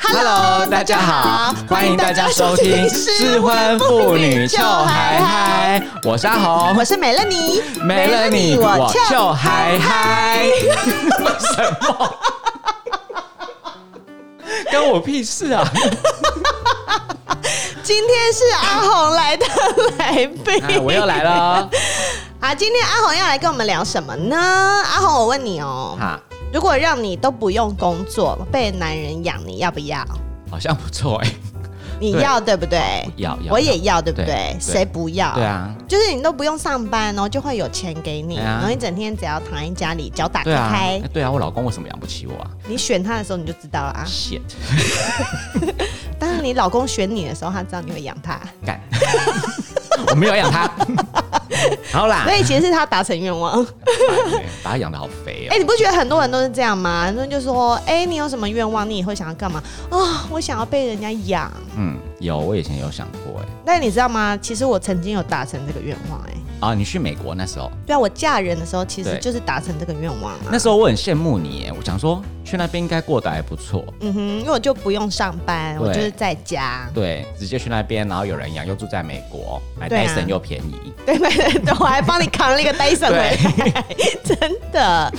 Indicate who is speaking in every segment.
Speaker 1: Hello，大家好，欢迎大家收听《失婚妇女俏嗨嗨》，我是阿红，
Speaker 2: 我是美乐妮，
Speaker 1: 没了你我俏嗨嗨， 什么？跟我屁事啊！
Speaker 2: 今天是阿红来的来
Speaker 1: 哎，
Speaker 2: 宾，
Speaker 1: 我又来了
Speaker 2: 啊！今天阿红要来跟我们聊什么呢？阿红，我问你哦，
Speaker 1: 哈，
Speaker 2: 如果让你都不用工作，被男人养，你要不要？
Speaker 1: 好像不错哎、
Speaker 2: 你
Speaker 1: 对
Speaker 2: 要对不对？
Speaker 1: 要要
Speaker 2: 我也要对不
Speaker 1: 对
Speaker 2: 对
Speaker 1: 对？
Speaker 2: 谁不要？
Speaker 1: 对啊，
Speaker 2: 就是你都不用上班哦，就会有钱给你，
Speaker 1: 对啊
Speaker 2: 然后你整天只要躺在家里，脚打
Speaker 1: 对啊
Speaker 2: 开，，
Speaker 1: 对啊，我老公为什么养不起我啊
Speaker 2: 你选他的时候你就知道了啊。
Speaker 1: ？shit，
Speaker 2: 但是你老公选你的时候，他知道你会养他，
Speaker 1: 干， 我没有养 他，好啦
Speaker 2: 所，以其实是他达成愿望。
Speaker 1: 把他养的好肥哦、
Speaker 2: 哎、你不觉得很多人都是这样吗？很多人就说，哎、你有什么愿望？你以后想要干嘛？啊、我想要被人家养。
Speaker 1: 嗯，有，我以前有想过哎、
Speaker 2: 但你知道吗？其实我曾经有达成这个愿望、哎，
Speaker 1: 啊，你去美国那时候，
Speaker 2: 对啊，我嫁人的时候其实
Speaker 1: 对
Speaker 2: 就是达成这个愿望啊。
Speaker 1: 那时候我很羡慕你耶，我想说去那边应该过得还不错。
Speaker 2: 嗯哼，因为我就不用上班，我
Speaker 1: 对
Speaker 2: 就是在家。
Speaker 1: 对，直接去那边，然后有人养，又住在美国，买
Speaker 2: 对啊
Speaker 1: 戴森又便宜。
Speaker 2: 对对对对，我还帮你扛了一个 Dyson 回来， 真的。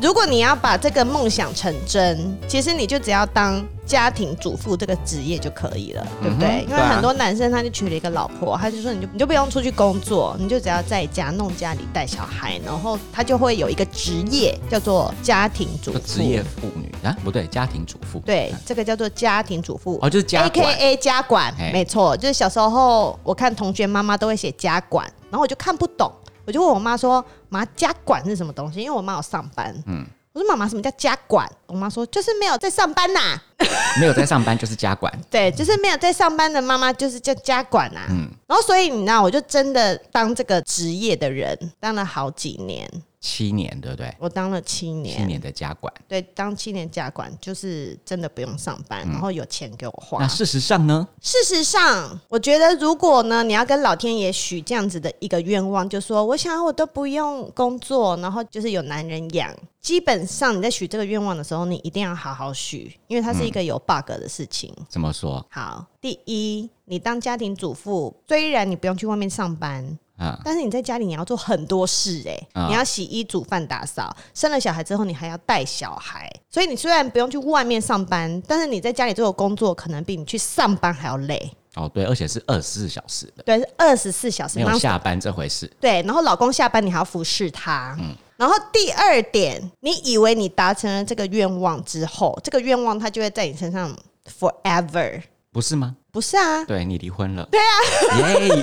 Speaker 2: 如果你要把这个梦想成真，其实你就只要当家庭主妇这个职业就可以了，对不对？
Speaker 1: 嗯哼
Speaker 2: 因为
Speaker 1: 对啊
Speaker 2: 很多男生他就娶了一个老婆，他就说你就你就不用出去工作，你就只要在家弄家里带小孩，然后他就会有一个职业叫做家庭主
Speaker 1: 就
Speaker 2: 妇。
Speaker 1: 职业妇女啊，不对，家庭主妇。
Speaker 2: 对，这个叫做家庭主妇
Speaker 1: 哦，就是家
Speaker 2: A
Speaker 1: 管
Speaker 2: K。A 家管
Speaker 1: 嘿，
Speaker 2: 没错，就是小时候我看同学妈妈都会写家管，然后我就看不懂，我就问我妈说：“妈，家管是什么东西？”因为我妈有上班，嗯，我说：“妈妈，什么叫家管？”我妈说：“就是没有在上班呐、
Speaker 1: 没有在上班就是家管。
Speaker 2: 对，就是没有在上班的妈妈就是叫家管啊。”
Speaker 1: 嗯，
Speaker 2: 然后所以你知道，我就真的当这个职业的人当了好几年，
Speaker 1: 七年对不对？
Speaker 2: 我当了七年，
Speaker 1: 七年的家管。
Speaker 2: 对，当七年家管就是真的不用上班，然后有钱给我花。
Speaker 1: 嗯那事实上呢？
Speaker 2: 事实上，我觉得如果呢，你要跟老天爷许这样子的一个愿望，就说我想要我都不用工作，然后就是有男人养。基本上你在许这个愿望的时候，你一定要好好许，因为它是一个有 bug 的事情。
Speaker 1: 怎么说？
Speaker 2: 好，第一，你当家庭主妇，虽然你不用去外面上班，
Speaker 1: 啊、
Speaker 2: 但是你在家里你要做很多事哎、
Speaker 1: 啊
Speaker 2: 你要洗衣、煮饭、打扫。生了小孩之后，你还要带小孩，所以你虽然不用去外面上班，但是你在家里做的工作可能比你去上班还要累。
Speaker 1: 哦，对，而且是二十四小时的，
Speaker 2: 对，二十四小时。
Speaker 1: 没
Speaker 2: 然
Speaker 1: 有
Speaker 2: 后
Speaker 1: 下班这回事。
Speaker 2: 对，然后老公下班你还要服侍他。
Speaker 1: 嗯
Speaker 2: 然后第二点，你以为你达成了这个愿望之后，这个愿望它就会在你身上 forever，
Speaker 1: 不是吗？
Speaker 2: 不是啊？
Speaker 1: 对你离婚了，对啊， 耶！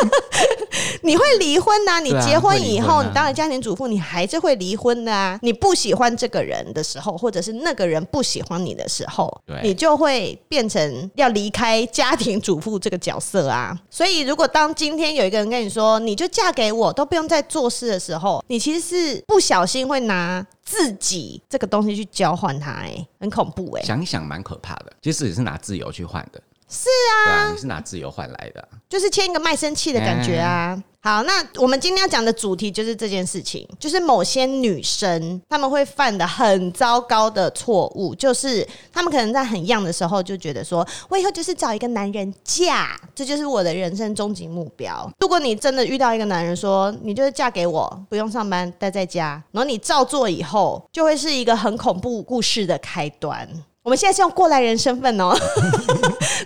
Speaker 2: 你会离婚呐、你
Speaker 1: 对啊
Speaker 2: 结婚以后，
Speaker 1: 会离婚啊
Speaker 2: 你当了家庭主妇，你还是会离婚的啊。你不喜欢这个人的时候，或者是那个人不喜欢你的时候
Speaker 1: 对，
Speaker 2: 你就会变成要离开家庭主妇这个角色啊。所以，如果当今天有一个人跟你说，你就嫁给我，都不用再做事的时候，你其实是不小心会拿自己这个东西去交换它、哎，很恐怖哎、
Speaker 1: 想一想蛮可怕的，其实也是拿自由去换的。是啊，对啊，你是拿自由换来 的啊、
Speaker 2: 就是签一个卖身契的感觉啊。好，那我们今天要讲的主题就是这件事情，就是某些女生她们会犯的很糟糕的错误，就是她们可能在很 young 的时候就觉得说，我以后就是找一个男人嫁，这就是我的人生终极目标。如果你真的遇到一个男人说，你就是嫁给我，不用上班，待在家，然后你照做以后，就会是一个很恐怖故事的开端。 我们现在是用过来人身份哦，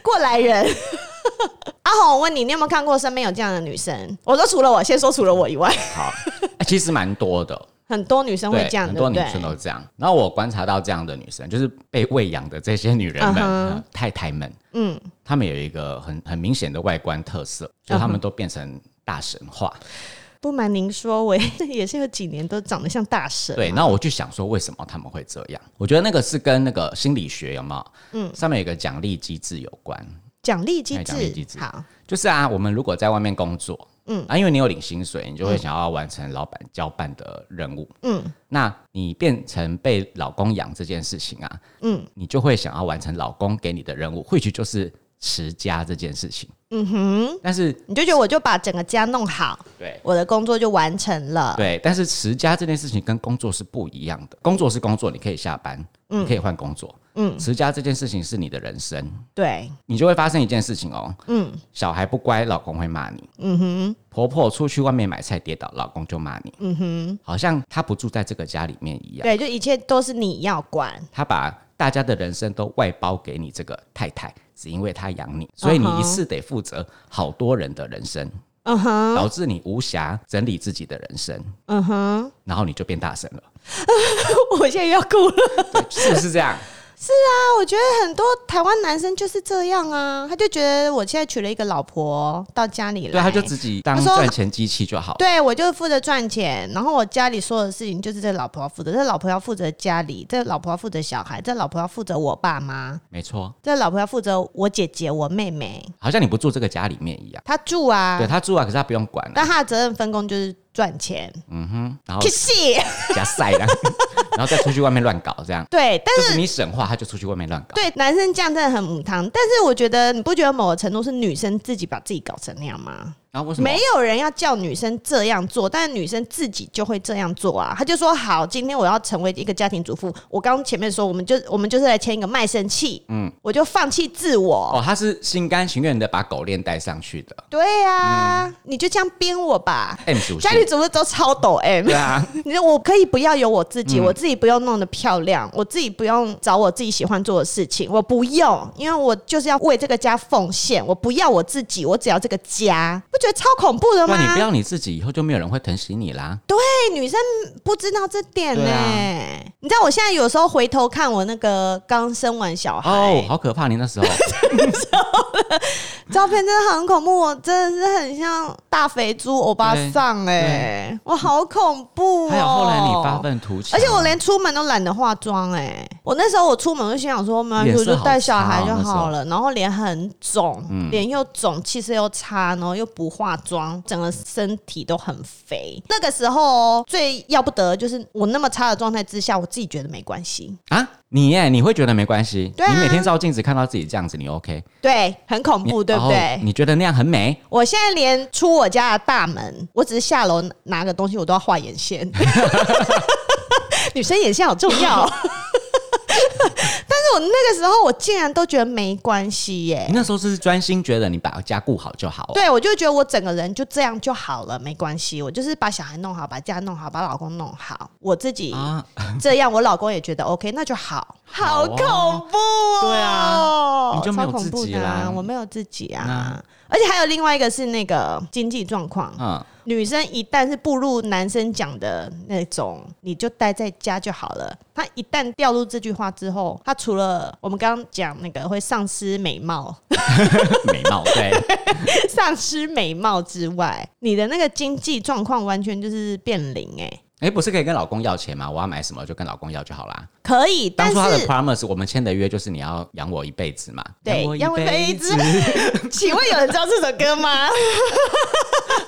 Speaker 2: 过来人。阿红，啊我问你，你有没有看过身边有这样的女生？我说除了我，先说除了我以外，
Speaker 1: 好，哎其实蛮多的，
Speaker 2: 很多女生会
Speaker 1: 对
Speaker 2: 这样，
Speaker 1: 很
Speaker 2: 对
Speaker 1: 多
Speaker 2: 不
Speaker 1: 女
Speaker 2: 对？
Speaker 1: 生都这样。然后我观察到这样的女生，就是被喂养的这些女人们、
Speaker 2: 嗯哼
Speaker 1: 呃太太们，
Speaker 2: 嗯，
Speaker 1: 她们有一个很很明显的外观特色，就她们都变成大神话。
Speaker 2: 不瞒您说，我也 也是有几年都长得像大神。
Speaker 1: 对，那我就想说，为什么他们会这样？我觉得那个是跟那个心理学有没有？嗯，上面有一个奖励机制有关。
Speaker 2: 奖励机
Speaker 1: 哎奖励机
Speaker 2: 制，
Speaker 1: 制
Speaker 2: 好，
Speaker 1: 就是啊，我们如果在外面工作，嗯啊，因为你有领薪水，你就会想要完成老板交办的任务，嗯，那你变成被老公养这件事情啊，嗯，你就会想要完成老公给你的任务，或许就是持家这件事情，嗯哼，但是
Speaker 2: 你就觉得我就把整个家弄好，
Speaker 1: 对。
Speaker 2: 我的工作就完成了。
Speaker 1: 对，但是持家这件事情跟工作是不一样的。工作是工作，你可以下班，你可以换工作。嗯，持家这件事情是你的人生，
Speaker 2: 对，
Speaker 1: 你就会发生一件事情哦，
Speaker 2: 嗯
Speaker 1: 小孩不乖，老公会骂你；
Speaker 2: 嗯哼，
Speaker 1: 婆婆出去外面买菜跌倒，老公就骂你，
Speaker 2: 嗯哼，
Speaker 1: 好像她不住在这个家里面一样。
Speaker 2: 对，就一切都是你要管，
Speaker 1: 她把大家的人生都外包给你这个太太，只因为她养你，所以你
Speaker 2: 嗯哼
Speaker 1: 一次得负责好多人的人生，
Speaker 2: 嗯哼，
Speaker 1: 导致你无暇整理自己的人生，
Speaker 2: 嗯哼，
Speaker 1: 然后你就变大神了，
Speaker 2: 我现在要哭了。
Speaker 1: 对是不是这 样？
Speaker 2: 啊，我觉得很多台湾男生就是这样啊，他就觉得我现在娶了一个老婆到家里来，
Speaker 1: 对，他就自己当
Speaker 2: 他说
Speaker 1: 赚钱机器就好了。
Speaker 2: 对我就负责赚钱，然后我家里所有的事情就是这老婆要负责，这老婆要负责家里，这老婆要负责小孩，这老婆要负责我爸妈，
Speaker 1: 没错，
Speaker 2: 这老婆要负责我姐姐、我妹妹。
Speaker 1: 好像你不住这个家里面一样。
Speaker 2: 她住啊
Speaker 1: 对，他住啊，可是他不用管啊。
Speaker 2: 但她的责任分工就是赚钱。
Speaker 1: 嗯然后
Speaker 2: 可惜，
Speaker 1: 加晒这样， 然后再出去外面乱搞这样。
Speaker 2: 对，但
Speaker 1: 就是是你省话，他就出去外面乱搞。
Speaker 2: 对男生这样真的很母汤。但是我觉得，你不觉得某个程度是女生自己把自己搞成那样吗？
Speaker 1: 然后为什么
Speaker 2: 没有人要叫女生这样做，但是女生自己就会这样做啊。她就说：“好，今天我要成为一个家庭主妇。”我刚前面说，我们就我们就是来签一个卖身契，嗯，我就放弃自我。
Speaker 1: 哦，他是心甘情愿的把狗链带上去的
Speaker 2: 对啊，
Speaker 1: 嗯
Speaker 2: 你就这样编我吧。
Speaker 1: M 属性
Speaker 2: 家。庭主妇都超抖 M，
Speaker 1: 对嗯啊，
Speaker 2: 你说我可以不要有我自己，我自己不用弄得漂亮，我自己不用找我自己喜欢做的事情，我不用，因为我就是要为这个家奉献，我不要我自己，我只要这个家，不觉得超恐怖的
Speaker 1: 那
Speaker 2: 吗？
Speaker 1: 你不要你自己，以后就没有人会疼惜你啦。
Speaker 2: 女生不知道这点呢、
Speaker 1: 对啊
Speaker 2: 你知道我现在有时候回头看我那个刚生完小孩、
Speaker 1: 哦，好可怕！你那时候
Speaker 2: 照片，真的很恐怖，我真的是很像大肥猪欧巴桑哎、我好恐怖哦、
Speaker 1: 还有后来你发愤图强，
Speaker 2: 而且我连出门都懒得化妆哎、我那时候我出门我就心想说，没关系，
Speaker 1: 脸
Speaker 2: 我
Speaker 1: 色
Speaker 2: 就
Speaker 1: 好
Speaker 2: 带小孩就
Speaker 1: 差哦
Speaker 2: 好了。然后脸很肿，
Speaker 1: 嗯
Speaker 2: 脸又肿，气色又差，然后又不化妆，整个身体都很肥。那个时候哦最要不得就是我那么差的状态之下，我自己觉得没关系，
Speaker 1: 啊，你耶，你会觉得没关系，
Speaker 2: 对啊
Speaker 1: 你每天照镜子看到自己这样子，你 OK，
Speaker 2: 对，很恐
Speaker 1: 你
Speaker 2: 怖，哦对不
Speaker 1: 然
Speaker 2: 对
Speaker 1: 后？你觉得那样很美，
Speaker 2: 我现在连出我家的大门，我只是下楼拿个东西，我都要画 眼线。女生眼线好重要。但是我那个时候，我竟然都觉得没关系耶
Speaker 1: 你。那时候是专心觉得你把家顾好就好哦。
Speaker 2: 对，我就觉得我整个人就这样就好了，没关系。我就是把小孩弄好，把家弄好，把老公弄好，我自己
Speaker 1: 啊，
Speaker 2: 这样，我老公也觉得 OK，那就好。好
Speaker 1: 好啊
Speaker 2: 恐怖哦！
Speaker 1: 对啊你就没有
Speaker 2: 超恐怖
Speaker 1: 自己
Speaker 2: 的啊
Speaker 1: 啦
Speaker 2: 我没有自己啊
Speaker 1: 那。
Speaker 2: 而且还有另外一个是那个经济状况，
Speaker 1: 嗯，
Speaker 2: 女生一旦是步入男生讲的那种，你就待在家就好了。她一旦掉入这句话之后，她除了我们刚刚讲那个会丧失美貌、
Speaker 1: 美貌对，
Speaker 2: 丧失美貌之外，你的那个经济状况完全就是变零哎、
Speaker 1: 哎，不是可以跟老公要钱吗？我要买什么就跟老公要就好啦。
Speaker 2: 可以，但
Speaker 1: 当初他的
Speaker 2: 是
Speaker 1: promise，我们签的约就是你要养我一辈子嘛，
Speaker 2: 对
Speaker 1: 养我一辈子，
Speaker 2: 请问有人知道这首歌吗？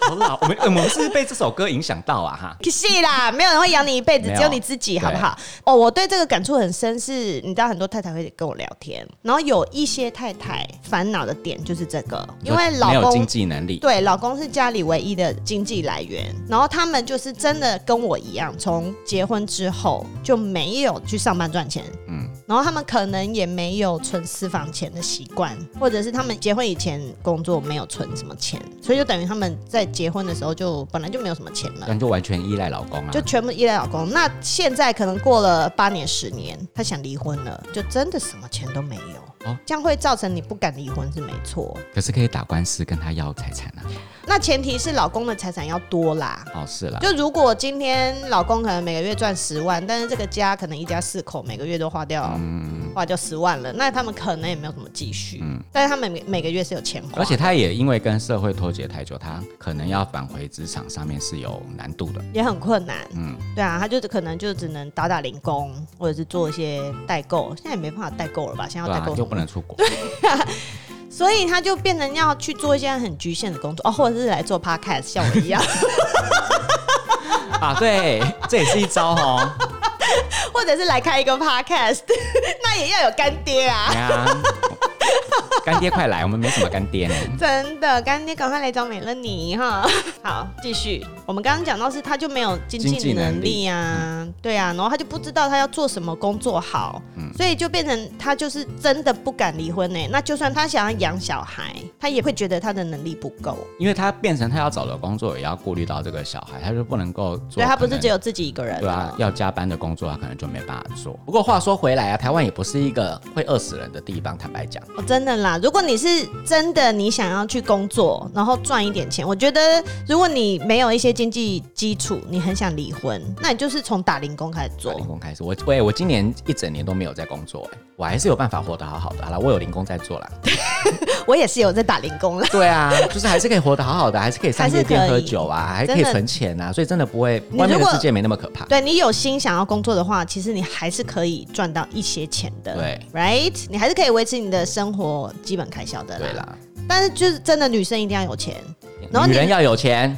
Speaker 1: 好老，我们呃我们是被这首歌影响到啊哈，
Speaker 2: 是啦，没有人会养你一辈子，
Speaker 1: 没有
Speaker 2: 只有你自己，好不好？哦，我对这个感触很深是，你知道很多太太会跟我聊天，然后有一些太太烦恼的点就是这个， 因为
Speaker 1: 没
Speaker 2: 老
Speaker 1: 有经
Speaker 2: 公。
Speaker 1: 济能力，
Speaker 2: 对，老公是家里唯一的经济来源，然后他们就是真的跟我一样，从结婚之后就没有去上班赚钱，嗯，然后他们可能也没有存私房钱的习惯，或者是他们结婚以前工作没有存什么钱，所以就等于他们在结婚的时候就本来就没有什么钱了，
Speaker 1: 那就完全依赖老公啊
Speaker 2: 就。全部依赖老公。那现在可能过了八年、十年，她想离婚了，就真的什么钱都没有。
Speaker 1: 哦
Speaker 2: 这样会造成你不敢离婚是没错，
Speaker 1: 可是可以打官司跟他要财产啊。
Speaker 2: 那前提是老公的财产要多啦。
Speaker 1: 哦，是啦，
Speaker 2: 就如果今天老公可能每个月赚十万，但是这个家可能一家四口每个月都花掉、
Speaker 1: 嗯
Speaker 2: 花掉十万了，那他们可能也没有什么积蓄，但是他们每每个月是有钱花，
Speaker 1: 而且他也因为跟社会脱节太久，他可能要返回职场上面是有难度的。
Speaker 2: 也很困难。嗯，对啊，他就可能就只能打打零工，或者是做一些代购，现在也没办法代购了吧？现在
Speaker 1: 对
Speaker 2: 要代
Speaker 1: 啊
Speaker 2: 购、，
Speaker 1: 又不能出国，
Speaker 2: 所以他就变成要去做一些很局限的工作哦，或者是来做 podcast，像我 一样，
Speaker 1: 啊，对，这也是一招哦。
Speaker 2: 或者是来开一个 podcast，那也要有干爹啊。
Speaker 1: 对啊，干爹快来，我们没什么干爹呢。
Speaker 2: 真的，干爹赶快来找美乐你哈。好，继续。我们刚刚讲到是他就没有经
Speaker 1: 经济
Speaker 2: 济
Speaker 1: 能
Speaker 2: 能力啊，对啊，然后他就不知道他要做什么工作好，
Speaker 1: 嗯
Speaker 2: 所以就变成他就是真的不敢离婚呢、欸那就算他想要养小孩，他也会觉得他的能力不够，
Speaker 1: 因为他变成他要找的工作也要顾虑到这个小孩，他就不能够做可
Speaker 2: 所以
Speaker 1: 能。
Speaker 2: 他不是只有自己一个人。
Speaker 1: 对啊，要加班的工作他可能就没办法做。不过话说回来啊，台湾也不是一个会饿死人的地方，坦白讲，
Speaker 2: 哦，真的啦！如果你是真的你想要去工作，然后赚一点钱，我觉得如果你没有一些经济基础，你很想离婚，那你就是从打零工开始
Speaker 1: 打
Speaker 2: 做
Speaker 1: 零。工开始，我喂，我今年一整年都没有在工作、哎，我还是有办法活得好好的。好了，我有零工在做 啦。
Speaker 2: 我也是有在打零工啦。
Speaker 1: 对啊，就是还是可以活得好好的，还是可以上
Speaker 2: 还是
Speaker 1: 夜店
Speaker 2: 可
Speaker 1: 喝
Speaker 2: 以
Speaker 1: 酒啊，还
Speaker 2: 真
Speaker 1: 可以
Speaker 2: 的
Speaker 1: 存钱啊，所以真的不会，
Speaker 2: 你
Speaker 1: 外面
Speaker 2: 如
Speaker 1: 的
Speaker 2: 果
Speaker 1: 世界没那么可怕。
Speaker 2: 对你有心想要工作的话，其实你还是可以赚到一些钱的，
Speaker 1: 对
Speaker 2: ，right？你还是可以维持你的生活基本开销的啦。
Speaker 1: 对啦，
Speaker 2: 但是就是真的，女生一定要有钱。然后
Speaker 1: 女
Speaker 2: 你
Speaker 1: 人要有钱，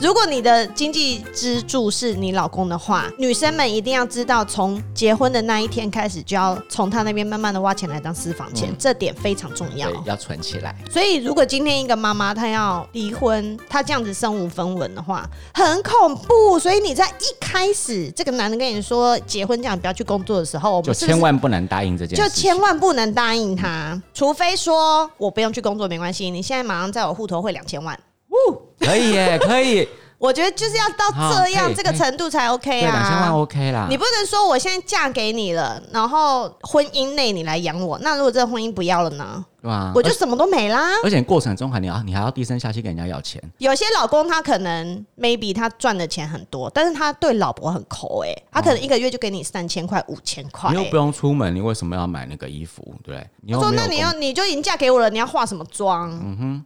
Speaker 2: 如果你的经济支柱是你老公的话，女生们一定要知道，从结婚的那一天开始，就要从他那边慢慢的挖钱来当私房钱，这点非常重要
Speaker 1: 嗯对。，要存起来。
Speaker 2: 所以，如果今天一个妈妈她要离婚，她这样子身无分文的话，很恐怖。所以你在一开始这个男人跟你说结婚这样不要去工作的时候，我
Speaker 1: 就
Speaker 2: 们是不
Speaker 1: 千
Speaker 2: 是
Speaker 1: 万不能答应这件事
Speaker 2: 就
Speaker 1: 情，
Speaker 2: 千万不能答应他，除非说我不用去工作没关系，你现在马上在我户头汇两千万。
Speaker 1: 可以耶，可以，
Speaker 2: 我觉得就是要到
Speaker 1: 好
Speaker 2: 这
Speaker 1: 可
Speaker 2: 样
Speaker 1: 以
Speaker 2: 这个
Speaker 1: 可以
Speaker 2: 程度才 OK
Speaker 1: 啊对，两千万
Speaker 2: 啊。
Speaker 1: OK 啦
Speaker 2: 你。不能说我现在嫁给你了，然后婚姻内你来养我，那如果这个婚姻不要了呢？
Speaker 1: 对啊，
Speaker 2: 我就什么都没啦。
Speaker 1: 而且过程中还你要你还要低声下气跟人家要钱，
Speaker 2: 有些老公他可能 maybe 他赚的钱很多，但是他对老婆很抠哎、他可能一个月就给你三千块、五千块、
Speaker 1: 你又
Speaker 2: 欸
Speaker 1: 不。用出门，你为什么要买那个衣服？对不对，你又
Speaker 2: 说
Speaker 1: 哦没有嗯
Speaker 2: 那你
Speaker 1: 工
Speaker 2: 要你就已经嫁给我了，你要化什么妆？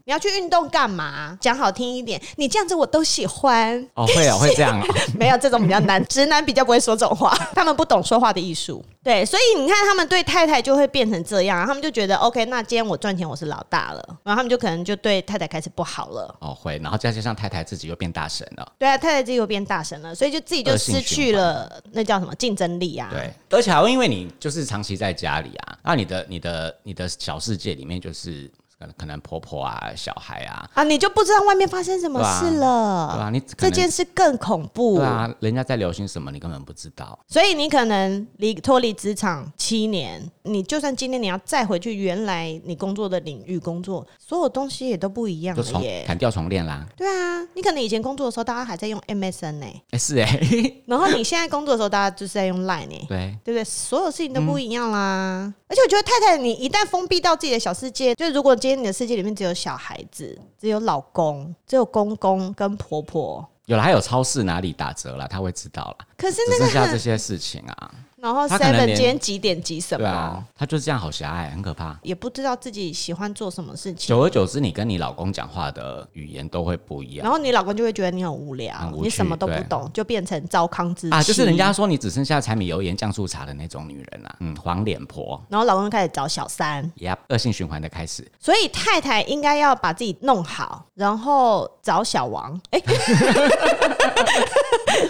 Speaker 2: 你要去运动干嘛？讲好听一点，你这样子我都喜欢。
Speaker 1: 哦会 啊会这样啊，
Speaker 2: 没有这种比较难，直男比较不会说这种 话，他们不懂说话的艺术。对，所以你看他们对太太就会变成这样，他们就觉得 OK，那今天我赚钱我是老大了，然后他们就可能就对太太开始不好了。
Speaker 1: 哦会，然后再加上太太自己又变大神了。
Speaker 2: 对啊，太太自己又变大神了，所以就自己就失去了那叫什么竞争力啊？
Speaker 1: 对，而且还会因为你就是长期在家里啊，那你的你的你的小世界里面就是可能可能婆婆啊、小孩啊，
Speaker 2: 啊，你就不知道外面发生什么事了。
Speaker 1: 对啊你可能
Speaker 2: 哦这件事更恐怖。
Speaker 1: 对啊，人家在流行什么你根本不知道。
Speaker 2: 所以你可能离脱离职场七年，你就算今天你要再回去原来你工作的领域工作，所有东西也都不一样
Speaker 1: 就
Speaker 2: 了
Speaker 1: 重
Speaker 2: 耶。
Speaker 1: 砍掉重练啦。
Speaker 2: 对啊，你可能以前工作的时候大家还在用 MSN 呢、
Speaker 1: 哎、是哎、欸，
Speaker 2: 然后你现在工作的时候大家就是在用 Line 呢、
Speaker 1: 对，
Speaker 2: 对不对？所有事情都不一样啦。而且我觉得太太，你一旦封闭到自己的小世界，就是如果今天你的世界里面只有小孩子、只有老公、只有公公跟婆婆，
Speaker 1: 有了还有超市哪里打折了，他会知道啦。
Speaker 2: 可是
Speaker 1: 只
Speaker 2: 那个
Speaker 1: 剩下
Speaker 2: 很
Speaker 1: 这，些事情啊，
Speaker 2: 然后
Speaker 1: 他可能
Speaker 2: Seven
Speaker 1: 连
Speaker 2: 今天几点几什
Speaker 1: 对
Speaker 2: 么，
Speaker 1: 啊，他就是这样好狭隘，很可怕。
Speaker 2: 也不知道自己喜欢做什么事情。
Speaker 1: 久而久之，你跟你老公讲话的语言都会不一样
Speaker 2: 然后你老公就会觉得你很无聊，
Speaker 1: 很无趣
Speaker 2: 你什么都不
Speaker 1: 对
Speaker 2: 懂，就变成糟糠之妻
Speaker 1: 啊，就是人家。说你只剩下柴米油盐酱醋茶的那种女人啊，嗯，黄脸婆。
Speaker 2: 然后老公就开始找小三，
Speaker 1: 呀，恶性循环的开始，
Speaker 2: 所以太太应该要把自己弄好，然后找小王。哎、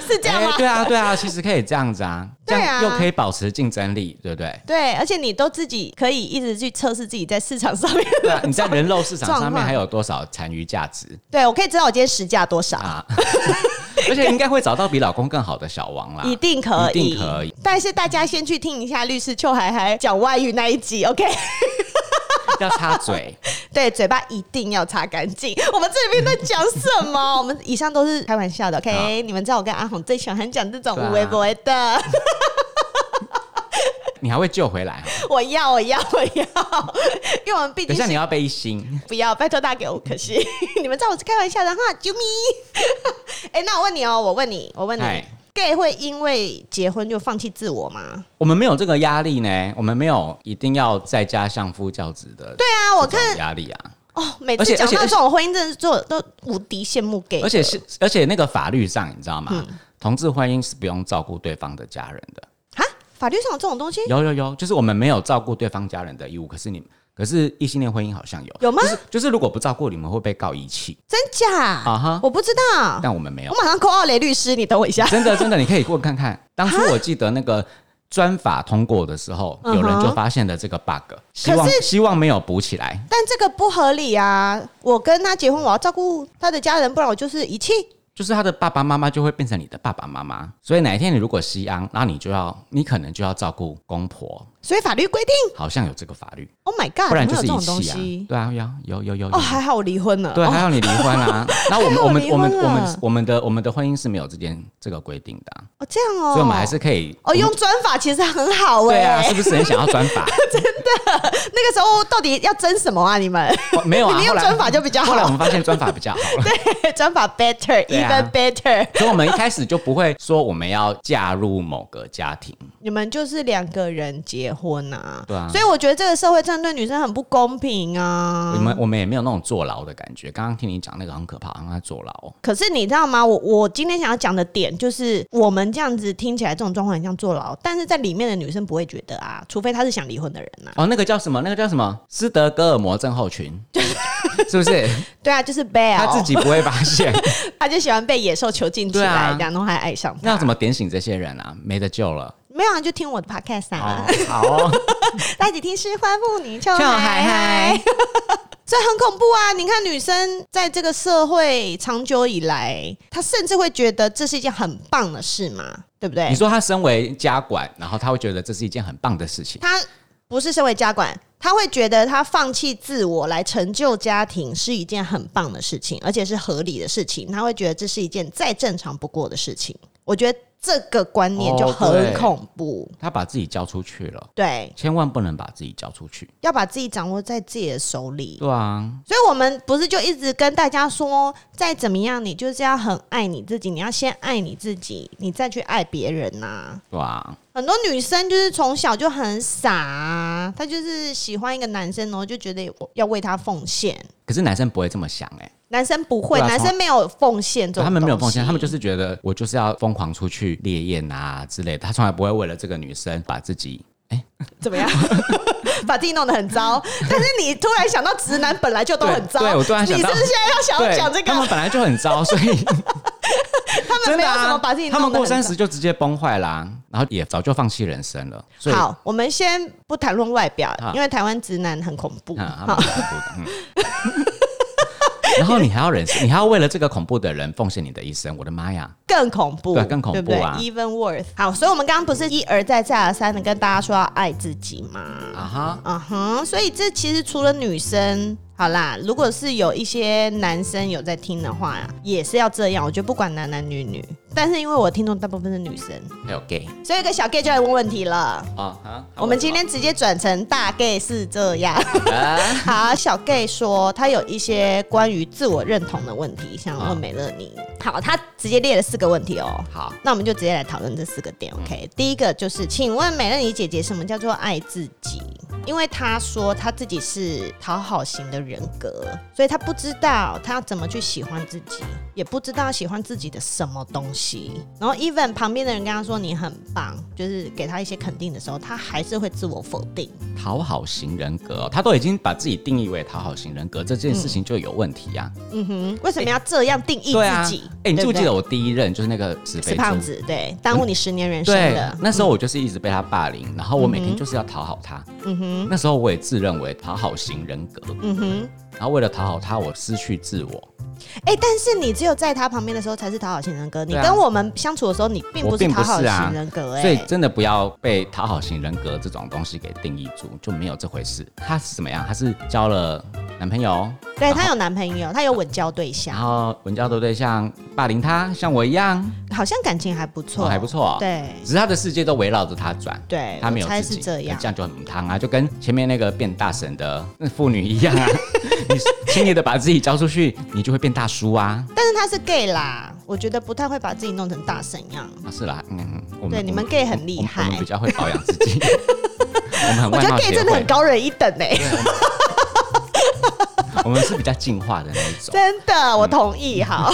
Speaker 2: 是这样吗？
Speaker 1: 哎对啊，对啊，其实可以这样子啊，这
Speaker 2: 对啊
Speaker 1: 样又可以保持竞争力，对不对？
Speaker 2: 对，而且你都自己可以一直去测试自己在市场上面。
Speaker 1: 对啊，你在人肉市场上
Speaker 2: 状
Speaker 1: 面
Speaker 2: 况
Speaker 1: 还有多少残余价值
Speaker 2: 对，我可以知道我今天实价多少，
Speaker 1: 啊？而且应该会找到比老公更好的小王啦。
Speaker 2: 一定可以，
Speaker 1: 啊一定可以。
Speaker 2: 但是大家先去听一下律师邱海海讲外遇那一集，OK？
Speaker 1: 要插嘴，
Speaker 2: 对，嘴巴一定要擦干净。 我们这里面在讲什么？我们以上都是开玩笑的，OK？你们知道我跟阿红最喜欢讲这种
Speaker 1: 对啊
Speaker 2: 无微不微的。
Speaker 1: 你还会救回来哦。
Speaker 2: 我要，我要，我要，因为我们毕
Speaker 1: 等
Speaker 2: 竟
Speaker 1: 一下
Speaker 2: 是
Speaker 1: 你要背心，
Speaker 2: 不要，拜托大家给我五 颗星。你们知道我是开玩笑的哈，啾咪。 哎、那我问你哦，我问你，我问你
Speaker 1: 嗨
Speaker 2: ，gay 会因为结婚就放弃自我吗？
Speaker 1: 我们没有这个压力呢，我们没有一定要在家相夫教子的
Speaker 2: 对啊，我
Speaker 1: 这种
Speaker 2: 看
Speaker 1: 压力啊。
Speaker 2: 哦，每
Speaker 1: 而且
Speaker 2: 次讲
Speaker 1: 而且
Speaker 2: 到这种婚姻，真的是做都无敌羡慕 gay 的。
Speaker 1: 而且是而且那个法律上，你知道吗？同志婚姻是不用照顾对方的家人的。
Speaker 2: 啊，法律上有这种东西
Speaker 1: 有有有，就是我们没有照顾对方家人的义务，可是你可是异性恋婚姻好像有，
Speaker 2: 有吗？
Speaker 1: 就是就是如果不照顾，你们会被告遗弃，
Speaker 2: 真假？
Speaker 1: 啊哈
Speaker 2: 我不知道，
Speaker 1: 但我们没有
Speaker 2: 我。马上 call 奥雷律师，你等我一下。
Speaker 1: 真的真的，你可以问看看。当初我记得那个专法通过的时候，有人就发现了这个 bug，希望希望没有补起来。
Speaker 2: 但这个不合理啊！我跟他结婚，我要照顾他的家人，不然我就是遗弃。
Speaker 1: 就是他的爸爸妈妈就会变成你的爸爸妈妈，所以哪一天你如果吸安，那你就要，你可能就要照顾公婆，
Speaker 2: 所以法律规定
Speaker 1: 好像有这个法律，
Speaker 2: ，Oh my God，
Speaker 1: 不然就是
Speaker 2: 怎么
Speaker 1: 遗
Speaker 2: 有这种东
Speaker 1: 弃啊
Speaker 2: 西。。
Speaker 1: 对啊，有啊有有有有
Speaker 2: 哦，，还好我离婚了。
Speaker 1: 对，还
Speaker 2: 哦
Speaker 1: 好你离婚 啊。然后我们我们我
Speaker 2: 还好我
Speaker 1: 们
Speaker 2: 离婚啊
Speaker 1: 我们
Speaker 2: 了
Speaker 1: 我们的我们的婚姻是没有这件这个规定的啊，
Speaker 2: 哦这样哦，
Speaker 1: 所以我们还是可以
Speaker 2: 哦用专法其实很好
Speaker 1: 对啊，
Speaker 2: 哎。
Speaker 1: 是不是很想要转 法？
Speaker 2: 那个时候到底要争什么啊？你们
Speaker 1: 哦 没有 啊，
Speaker 2: 你
Speaker 1: 后
Speaker 2: 用
Speaker 1: 来
Speaker 2: 专法就比较
Speaker 1: 后来我
Speaker 2: 好，
Speaker 1: 们发现专法比较好，
Speaker 2: 专法 better
Speaker 1: 对啊
Speaker 2: even better。
Speaker 1: 所以我们一开始就不会说我们要嫁入某个家庭。
Speaker 2: 你们就是两个人结婚啊，
Speaker 1: 对啊
Speaker 2: 所以我觉得这个社会真的对女生很不公平啊。
Speaker 1: 我们我们也没有那种坐牢的感觉。刚刚听你讲那个很可怕，让他坐牢。
Speaker 2: 可是你知道吗？我我今天想要讲的点就是，我们这样子听起来这种状况很像坐牢，但是在里面的女生不会觉得啊，除非她是想离婚的人啊。
Speaker 1: 哦，那个叫什么？那个叫什么？斯德哥尔摩症候 群，是不是？
Speaker 2: 对啊，就是被
Speaker 1: 他
Speaker 2: 啊，
Speaker 1: 自己不会发现，
Speaker 2: 她就喜欢被野兽囚禁起来，
Speaker 1: 对啊
Speaker 2: 这样然后还爱上
Speaker 1: 那
Speaker 2: 他。
Speaker 1: 要怎么点醒这些人啊？没得救了。
Speaker 2: 没有啊，就听我的 podcast 啊
Speaker 1: 哦，，好哦，
Speaker 2: 大家一起听是欢妇女就
Speaker 1: 就
Speaker 2: 嗨
Speaker 1: 嗨
Speaker 2: 嗨
Speaker 1: 嗨。
Speaker 2: 这很恐怖啊！你看，女生在这个社会长久以来，她甚至会觉得这是一件很棒的事嘛，对不对？
Speaker 1: 你说他身为家管，然后他会觉得这是一件很棒的事情。
Speaker 2: 他不是身为家管，他会觉得他放弃自我来成就家庭是一件很棒的事情，而且是合理的事情。他会觉得这是一件再正常不过的事情。我觉得这个观念就
Speaker 1: 哦
Speaker 2: 很
Speaker 1: 对
Speaker 2: 恐怖。
Speaker 1: 他把自己交出去了，
Speaker 2: 对，
Speaker 1: 千万不能把自己交出去。
Speaker 2: 要把自己掌握在自己的手里。
Speaker 1: 对啊，
Speaker 2: 所以，我们不是就一直跟大家说，再怎么样，你就是要很爱你自己，你要先爱你自己，你再去爱别人呐、
Speaker 1: 对啊，
Speaker 2: 很多女生就是从小就很傻、啊，她就是喜欢一个男生，然后就觉得我要为他奉献。
Speaker 1: 可是男生不会这么想哎、
Speaker 2: 男生不会，
Speaker 1: 对啊
Speaker 2: 男生没有奉献这种东西，
Speaker 1: 他们没有奉献，他们就是觉得我就是要疯狂出去烈焰啊之类的，他从来不会为了这个女生把自己
Speaker 2: 怎么样， 把自己弄得很糟。但是你突然想到，直男本来就都很糟，
Speaker 1: 对对我突然想到
Speaker 2: 你是不是现在要想要
Speaker 1: 对，
Speaker 2: 讲这个？
Speaker 1: 他们本来就很糟，所 以
Speaker 2: 他们
Speaker 1: 真
Speaker 2: 没
Speaker 1: 的
Speaker 2: 有什
Speaker 1: 啊
Speaker 2: 么把自己
Speaker 1: 他们
Speaker 2: 弄得
Speaker 1: 过
Speaker 2: 很糟
Speaker 1: 三。十就直接崩坏啦，然后也早就放弃人生了。所以，
Speaker 2: 好，我们先不谈论外表
Speaker 1: 啊，
Speaker 2: 因为台湾直男很恐怖。
Speaker 1: 啊，他
Speaker 2: 好
Speaker 1: 们，很恐怖的。嗯 然后你还要忍，你还要为了这个恐怖的人奉献你的一生，我的妈呀！
Speaker 2: 更恐怖，
Speaker 1: 对更恐怖
Speaker 2: 对不对
Speaker 1: 啊
Speaker 2: ？Even worse。好，所以我们刚刚不是一而再再而三的跟大家说要爱自己吗？
Speaker 1: 啊哈，
Speaker 2: 嗯哼，所以这其实除了女生，好啦，如果是有一些男生有在听的话，也是要这样。我觉得不管男男女女，但是因为我听众大部分是女生，
Speaker 1: 还有 gay
Speaker 2: 所以有个小 gay 就来问问题了。
Speaker 1: 啊哈，
Speaker 2: 我们今天直接转成大 gay 是这样。 好，小 gay 说他有一些关于自我认同的问题，想问美乐你。好，他直接列了四个问题哦。
Speaker 1: 好，
Speaker 2: 那我们就直接来讨论这四个点，OK？、第一个就是，请问美乐妮姐姐，什么叫做爱自己？因为她说她自己是讨好型的人格，所以她不知道她要怎么去喜欢自己，也不知道喜欢自己的什么东西。然后，even 旁边的人跟她说你很棒，就是给她一些肯定的时候，她还是会自我否定。
Speaker 1: 讨好型人格哦，他都已经把自己定义为讨好型人格，这件事情就有问题呀。
Speaker 2: 嗯哼，为什么要这样定义
Speaker 1: 对啊
Speaker 2: 自己？，
Speaker 1: 哎，你记
Speaker 2: 对
Speaker 1: 不
Speaker 2: 不
Speaker 1: 记得
Speaker 2: 对
Speaker 1: 我第一任就是那个纸
Speaker 2: 是
Speaker 1: 肥
Speaker 2: 胖
Speaker 1: 猪？
Speaker 2: 子？对，耽误你十年人生
Speaker 1: 对
Speaker 2: 的，。
Speaker 1: 那时候我就是一直被他霸凌，然后我每天就是要讨好他。
Speaker 2: 嗯哼，
Speaker 1: 那时候我也自认为讨好型人格，
Speaker 2: 嗯哼。
Speaker 1: 然后为了讨好他，我失去自我。
Speaker 2: 哎、但是你只有在他旁边的时候才是讨好型人格，你
Speaker 1: 对啊
Speaker 2: 跟我们相处的时候，你并
Speaker 1: 我
Speaker 2: 不是
Speaker 1: 并不
Speaker 2: 讨好
Speaker 1: 是啊
Speaker 2: 型人格、
Speaker 1: 所以
Speaker 2: 哎，
Speaker 1: 真的不要被讨好型人格这种东西给定义住，就没有这回事。她是怎么样？她是交了男朋友，
Speaker 2: 对
Speaker 1: 然后
Speaker 2: 她有男朋友，她有稳交对
Speaker 1: 然
Speaker 2: 象，
Speaker 1: 后文教的对象霸凌她，像我一样，
Speaker 2: 好像感情还不错、
Speaker 1: 哦还不错、哦。，
Speaker 2: 对
Speaker 1: 只是她的世界都围绕着她转。
Speaker 2: 对，
Speaker 1: 她没有
Speaker 2: 我猜
Speaker 1: 自
Speaker 2: 是
Speaker 1: 己，
Speaker 2: 这样
Speaker 1: 这。样就很母汤啊，就跟前面那个变大神的那妇女一 样啊。你轻易的把自己交出去，你就会变大叔啊。
Speaker 2: 但是他是 gay 啦，我觉得不太会把自己弄成大神样。
Speaker 1: 啊是啦，嗯，嗯我们
Speaker 2: 对，
Speaker 1: 我
Speaker 2: 你们 gay 很厉害
Speaker 1: 我们我们，比较会保养自己， 我们很
Speaker 2: 我
Speaker 1: 外
Speaker 2: 觉得
Speaker 1: 貌
Speaker 2: gay
Speaker 1: 协
Speaker 2: 真的很
Speaker 1: 会，
Speaker 2: 高人一等哎、
Speaker 1: 我们是比较进化的那一种。
Speaker 2: 真的，我同意。好，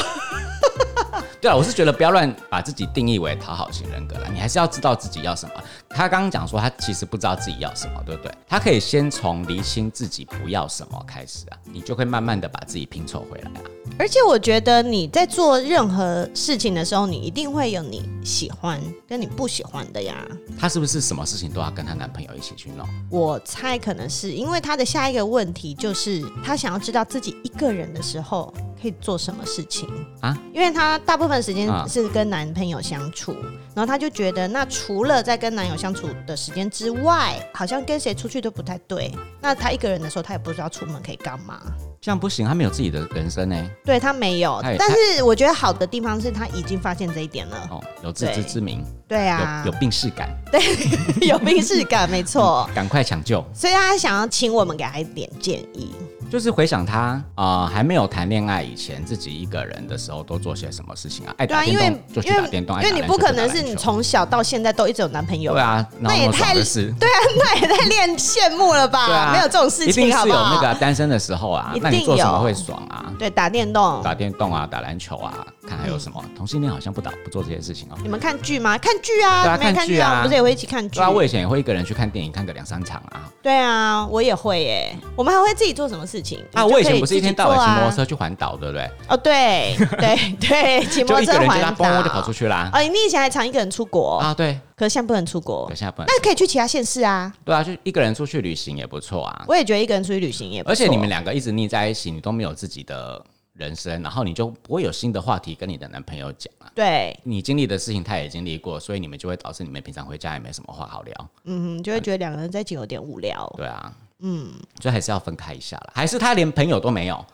Speaker 1: 对啊，我是觉得不要乱把自己定义为讨好型人格了，你还是要知道自己要什么。他刚刚讲说他其实不知道自己要什么，对不对？他可以先从厘清自己不要什么开始啊，你就会慢慢的把自己拼凑回来啊。
Speaker 2: 而且我觉得你在做任何事情的时候，你一定会有你喜欢跟你不喜欢的呀。
Speaker 1: 她是不是什么事情都要跟她男朋友一起去弄？
Speaker 2: 我猜可能是因为她的下一个问题就是，她想要知道自己一个人的时候可以做什么事情
Speaker 1: 啊
Speaker 2: 啊，因为她大部分时间
Speaker 1: 啊
Speaker 2: 是跟男朋友相处，然后她就觉得那除了在跟男友相处的时间之外，好像跟谁出去都不太对。那她一个人的时候，她也不知道出门可以干嘛。
Speaker 1: 这样不行，他没有自己的人生呢、
Speaker 2: 对她没有
Speaker 1: 哎，
Speaker 2: 但是我觉得好的地方是她已经发现这一点了。
Speaker 1: 哦，有自知之明，
Speaker 2: 对啊，
Speaker 1: 有有病逝感，
Speaker 2: 有病视感，没错。
Speaker 1: 赶快抢救。
Speaker 2: 所以他想要请我们给他一点建议。
Speaker 1: 就是回想他啊、呃还没有谈恋爱以前，自己一个人的时候都做些什么事情啊？爱
Speaker 2: 对
Speaker 1: 打
Speaker 2: 啊，
Speaker 1: 电
Speaker 2: 因为
Speaker 1: 动就去
Speaker 2: 因
Speaker 1: 打
Speaker 2: 为
Speaker 1: 电动，爱
Speaker 2: 因为
Speaker 1: 打
Speaker 2: 你
Speaker 1: 篮
Speaker 2: 不
Speaker 1: 球
Speaker 2: 可
Speaker 1: 就打
Speaker 2: 能
Speaker 1: 篮
Speaker 2: 是你
Speaker 1: 球
Speaker 2: 从小到现在都一直有男朋友
Speaker 1: 对
Speaker 2: 吧，
Speaker 1: 啊，
Speaker 2: 那也太
Speaker 1: 的是。
Speaker 2: 对啊，那也太恋羡慕了吧？
Speaker 1: 对啊，
Speaker 2: 没有这种事
Speaker 1: 一定
Speaker 2: 情，好
Speaker 1: 是有
Speaker 2: 不
Speaker 1: 那
Speaker 2: 好？
Speaker 1: 个啊单身的时候啊
Speaker 2: 一，定
Speaker 1: 那你做什么
Speaker 2: 有
Speaker 1: 会爽啊？
Speaker 2: 对，打电动。
Speaker 1: 打电动啊，打篮球啊，看还有什么？同性恋好像不打不做这些事情哦。
Speaker 2: 你们看剧吗？看剧啊，
Speaker 1: 对啊
Speaker 2: 你们也
Speaker 1: 看
Speaker 2: 看
Speaker 1: 剧
Speaker 2: 剧
Speaker 1: 啊
Speaker 2: 我们不是也会一起看剧
Speaker 1: 对？啊，我以前也会一个人去看电影，看个两三场啊。
Speaker 2: 对啊，我也会耶。我们还会自己做什么事情？
Speaker 1: 啊，
Speaker 2: 你就
Speaker 1: 我以
Speaker 2: 可
Speaker 1: 前不是一
Speaker 2: 自己
Speaker 1: 天到晚
Speaker 2: 做
Speaker 1: 骑
Speaker 2: 啊
Speaker 1: 摩托车去环岛，对不对？
Speaker 2: 哦，对 对对，骑摩
Speaker 1: 就
Speaker 2: 托
Speaker 1: 一个
Speaker 2: 车
Speaker 1: 人就
Speaker 2: 环
Speaker 1: 他
Speaker 2: 岛
Speaker 1: 嘣啊就跑出去啦。
Speaker 2: 哦，你以前还常一个人出国，
Speaker 1: 啊，对，
Speaker 2: 可是现在不能出国
Speaker 1: 等一，下不能。
Speaker 2: 那可以去其他县市啊。
Speaker 1: 对啊，就一个人出去旅行也不错啊。
Speaker 2: 我也觉得一个人出去旅行也不错
Speaker 1: 而且你们两个一直腻在一起，你都没有自己的人生，然后你就不会有新的话题跟你的男朋友讲啊。
Speaker 2: 对，
Speaker 1: 你经历的事情他也经历过，所以你们就会导致你们平常回家也没什么话好聊。
Speaker 2: 嗯，就会觉得两个人在一起有点无聊。
Speaker 1: 对啊，嗯，所以还是要分开一下啦。还是他连朋友都没有，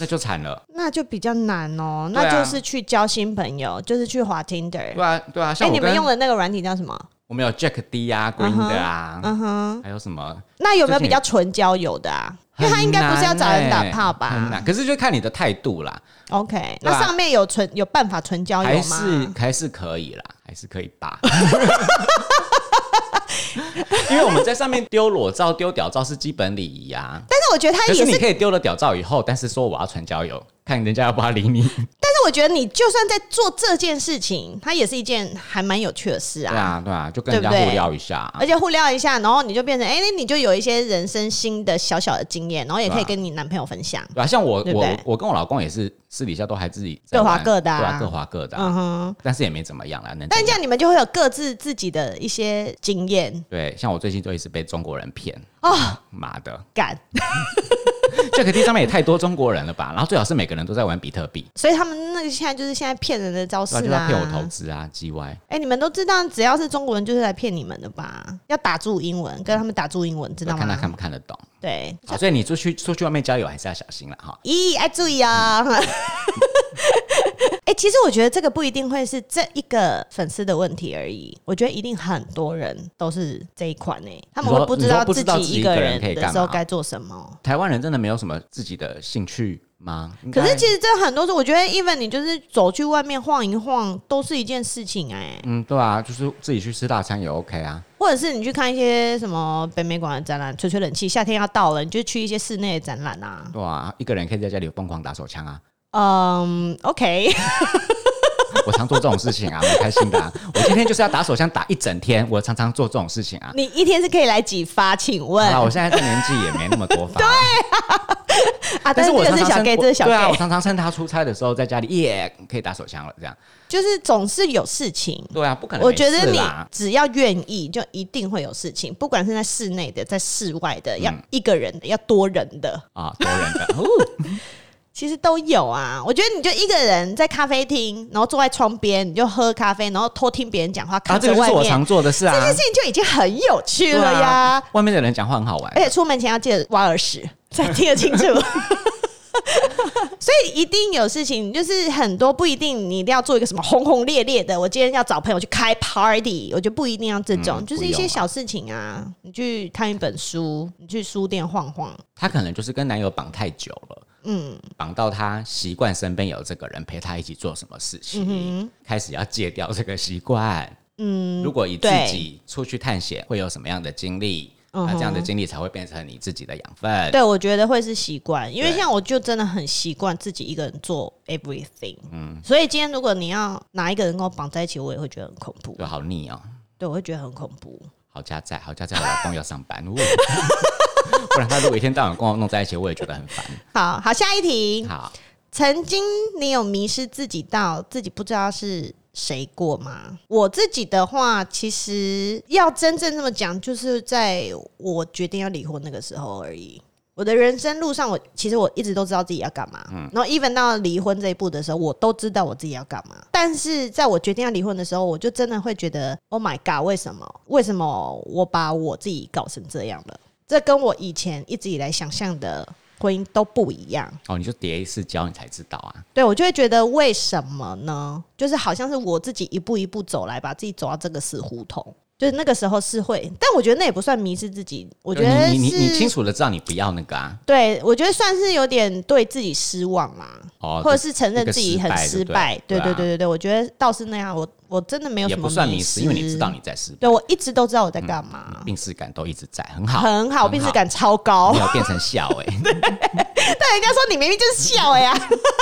Speaker 1: 那就惨了。
Speaker 2: 那就比较难哦，
Speaker 1: 对啊
Speaker 2: 那就是去交新朋友，就是去滑 Tinder。
Speaker 1: 对啊，对啊，
Speaker 2: 哎、
Speaker 1: 像我
Speaker 2: 你们
Speaker 1: 跟
Speaker 2: 用的那个软体叫什么？
Speaker 1: 我们有 Jack D 啊、Green 的啊，
Speaker 2: 嗯哼，
Speaker 1: 还有什么？
Speaker 2: 那有没
Speaker 1: 最
Speaker 2: 有
Speaker 1: 近
Speaker 2: 比较纯交友的啊？因为他应该不是要找人打
Speaker 1: 欸
Speaker 2: 炮
Speaker 1: 很
Speaker 2: 吧
Speaker 1: 难，可是就看你的态度啦，
Speaker 2: ？OK，
Speaker 1: 对啊
Speaker 2: 那上面有纯哦有办法纯交
Speaker 1: 还
Speaker 2: 友
Speaker 1: 是
Speaker 2: 吗？
Speaker 1: 还是可以啦，还是可以吧。 因为我们在上面丢裸照、丢屌照是基本礼仪啊。
Speaker 2: 但是我觉得他
Speaker 1: 可
Speaker 2: 也
Speaker 1: 是
Speaker 2: 是，
Speaker 1: 你可以丢了屌照以后，但是说我要传交友，看人家要不要理你。
Speaker 2: 但是我觉得你就算在做这件事情，它也是一件还蛮有趣的事
Speaker 1: 对啊，对啊，就跟
Speaker 2: 对
Speaker 1: 人
Speaker 2: 不
Speaker 1: 家互
Speaker 2: 对
Speaker 1: 撩一下啊。
Speaker 2: 而且互撩一下，然后你就变成哎、那你就有一些人生新的小小的经验，然后也可
Speaker 1: 对
Speaker 2: 以
Speaker 1: 啊
Speaker 2: 跟你男朋友分享。
Speaker 1: 对啊，像我
Speaker 2: 对不
Speaker 1: 我
Speaker 2: 对
Speaker 1: 我跟我老公也是私底下都还自己在
Speaker 2: 各
Speaker 1: 玩
Speaker 2: 划各的啊
Speaker 1: 对啊，各划各的啊、
Speaker 2: 嗯哼，
Speaker 1: 但是也没怎么样啦。能
Speaker 2: 但
Speaker 1: 怎
Speaker 2: 这
Speaker 1: 样
Speaker 2: 样你们就会有各自自己的一些经验
Speaker 1: 对，像我最近就一直被中国人骗，
Speaker 2: 哦，
Speaker 1: 妈的
Speaker 2: 感，
Speaker 1: ，Jack D 上面也太多中国人了吧？然后最好是每个人都在玩比特币，
Speaker 2: 所以他们那个现在就是现在骗人的招式
Speaker 1: 对啊，就
Speaker 2: 啊，
Speaker 1: 要骗我投资啊，GY。
Speaker 2: 哎、你们都知道，只要是中国人就是来骗你们的吧？要打住英文，跟他们打住英文，知
Speaker 1: 对啊
Speaker 2: 道
Speaker 1: 看他看
Speaker 2: 吗？
Speaker 1: 不看得懂，
Speaker 2: 对，
Speaker 1: 好所以你出去出去外面交友还是要小心了哈。
Speaker 2: 咦，哎，注意 啊！哎、其实我觉得这个不一定会是这一个粉丝的问题而已，我觉得一定很多人都是这一款呢、他们
Speaker 1: 你
Speaker 2: 会
Speaker 1: 说
Speaker 2: 不知
Speaker 1: 你说
Speaker 2: 道
Speaker 1: 不
Speaker 2: 自
Speaker 1: 知道
Speaker 2: 己
Speaker 1: 自己
Speaker 2: 一
Speaker 1: 一个
Speaker 2: 个
Speaker 1: 人
Speaker 2: 人
Speaker 1: 可以干嘛
Speaker 2: 的时候该做什么。
Speaker 1: 台湾人真的没有什么自己的兴趣吗？应
Speaker 2: 可
Speaker 1: 该
Speaker 2: 是其实这很多时候，我觉得 even 你就是走去外面晃一晃，都是一件事情哎、
Speaker 1: 嗯，对啊，就是自己去吃大餐也 OK 啊。
Speaker 2: 或者是你去看一些什么北美馆的展览，吹吹冷气，夏天要到了，你就去一些室内的展览啊。
Speaker 1: 对啊，一个人可以在家里疯狂打手枪啊。
Speaker 2: 嗯，OK，
Speaker 1: 我常做这种事情啊，蛮开心的、啊。我今天就是要打手枪打一整天，我常常做这种事情啊。
Speaker 2: 你一天是可以来几发？请问
Speaker 1: 啊，我现在这年纪也没那么多发。对，
Speaker 2: 啊，但
Speaker 1: 但
Speaker 2: 是
Speaker 1: 我
Speaker 2: 这
Speaker 1: 常常趁
Speaker 2: 个是小 gay，这是小
Speaker 1: 对啊，
Speaker 2: gay
Speaker 1: 我。常常趁他出差的时候，在家里耶可以打手枪了，这样。
Speaker 2: 就是总是有事情。
Speaker 1: 对啊，不可能
Speaker 2: 我
Speaker 1: 没事
Speaker 2: 觉
Speaker 1: 啦。
Speaker 2: 得你只要愿意，就一定会有事情，不管是在室内的，在室外的，
Speaker 1: 嗯
Speaker 2: 要一个人的，要多人的，
Speaker 1: 啊，多人的，哦
Speaker 2: 其实都有啊。我觉得你就一个人在咖啡厅，然后坐在窗边，你就喝咖啡，然后偷听别人讲话，
Speaker 1: 啊，
Speaker 2: 看
Speaker 1: 这
Speaker 2: 着
Speaker 1: 个就是
Speaker 2: 外
Speaker 1: 我
Speaker 2: 面，
Speaker 1: 常做的事啊。
Speaker 2: 这件事情就已经很有趣
Speaker 1: 对
Speaker 2: 了呀。哎
Speaker 1: 啊，外面的人讲话很好玩
Speaker 2: 而。且出门前要记得挖耳屎，才听得清楚。 所以一定有事情，就是很多不一定你一定要做一个什么轰轰烈烈的。我今天要找朋友去开 party，我就不一定要这种，
Speaker 1: 嗯
Speaker 2: 就是
Speaker 1: 不
Speaker 2: 一
Speaker 1: 用
Speaker 2: 些
Speaker 1: 啊
Speaker 2: 小事情啊。你去看一本书，你去书店晃晃，
Speaker 1: 她可能就是跟男友绑太久了，嗯，绑到她习惯身边有这个人陪她一起做什么事
Speaker 2: 嗯
Speaker 1: 情，开始要戒掉这个习惯。嗯，如果以自己出去探险会有什么样的经历？
Speaker 2: 嗯
Speaker 1: 那这样的
Speaker 2: 哼
Speaker 1: 经历才会变成你自己的养分。
Speaker 2: 对，我觉得会是习惯，因为
Speaker 1: 对
Speaker 2: 像我就真的很习惯自己一个人做 everything，嗯，所以今天如果你要哪一个人跟我绑在一起，我也会觉得很恐怖，
Speaker 1: 就好腻哦。
Speaker 2: 对，我会觉得很恐怖。
Speaker 1: 好加载，好加载，我老公要上班，呜 不然他如果一天到晚跟我弄在一起，我也觉得很烦。
Speaker 2: 好好，下一题，
Speaker 1: 好，
Speaker 2: 曾经你有迷失自己到自己不知道是谁过吗？我自己的话，其实要真正这么讲，就是在我决定要离婚那个时候而已。我的人生路上我，其实我一直都知道自己要干嘛。然后 even 到离婚这一步的时候，我都知道我自己要干嘛。但是在我决定要离婚的时候，我就真的会觉得，Oh my god，为什么？为什么我把我自己搞成这样了？这跟我以前一直以来想象的婚姻都不一样。
Speaker 1: 哦，你就叠一次胶，你才知道啊。
Speaker 2: 对我就会觉得为什么呢？就是好像是我自己一步一步走来，把自己走到这个死胡同。就是那个时候是会，但我觉得那也不算迷失自己，我觉得
Speaker 1: 就呃你你你你清
Speaker 2: 是，
Speaker 1: 楚的知道你不要那个啊，
Speaker 2: 对我觉得算是有点对自己失望啦，
Speaker 1: 哦，
Speaker 2: 或者是承认
Speaker 1: 一个
Speaker 2: 自己
Speaker 1: 失
Speaker 2: 很
Speaker 1: 败
Speaker 2: 失
Speaker 1: 对不对
Speaker 2: 败。对
Speaker 1: 对啊
Speaker 2: 对对对对，我觉得倒是那样，我我真的没有
Speaker 1: 也
Speaker 2: 什么
Speaker 1: 不算
Speaker 2: 迷
Speaker 1: 迷失，因为你知道你在失败，
Speaker 2: 对我一直都知道我在干嘛，
Speaker 1: 病耻感都一直在，嗯很好，
Speaker 2: 很好，病耻感超高
Speaker 1: 没。有变成笑哎、
Speaker 2: 但人家说你明明就是笑呀、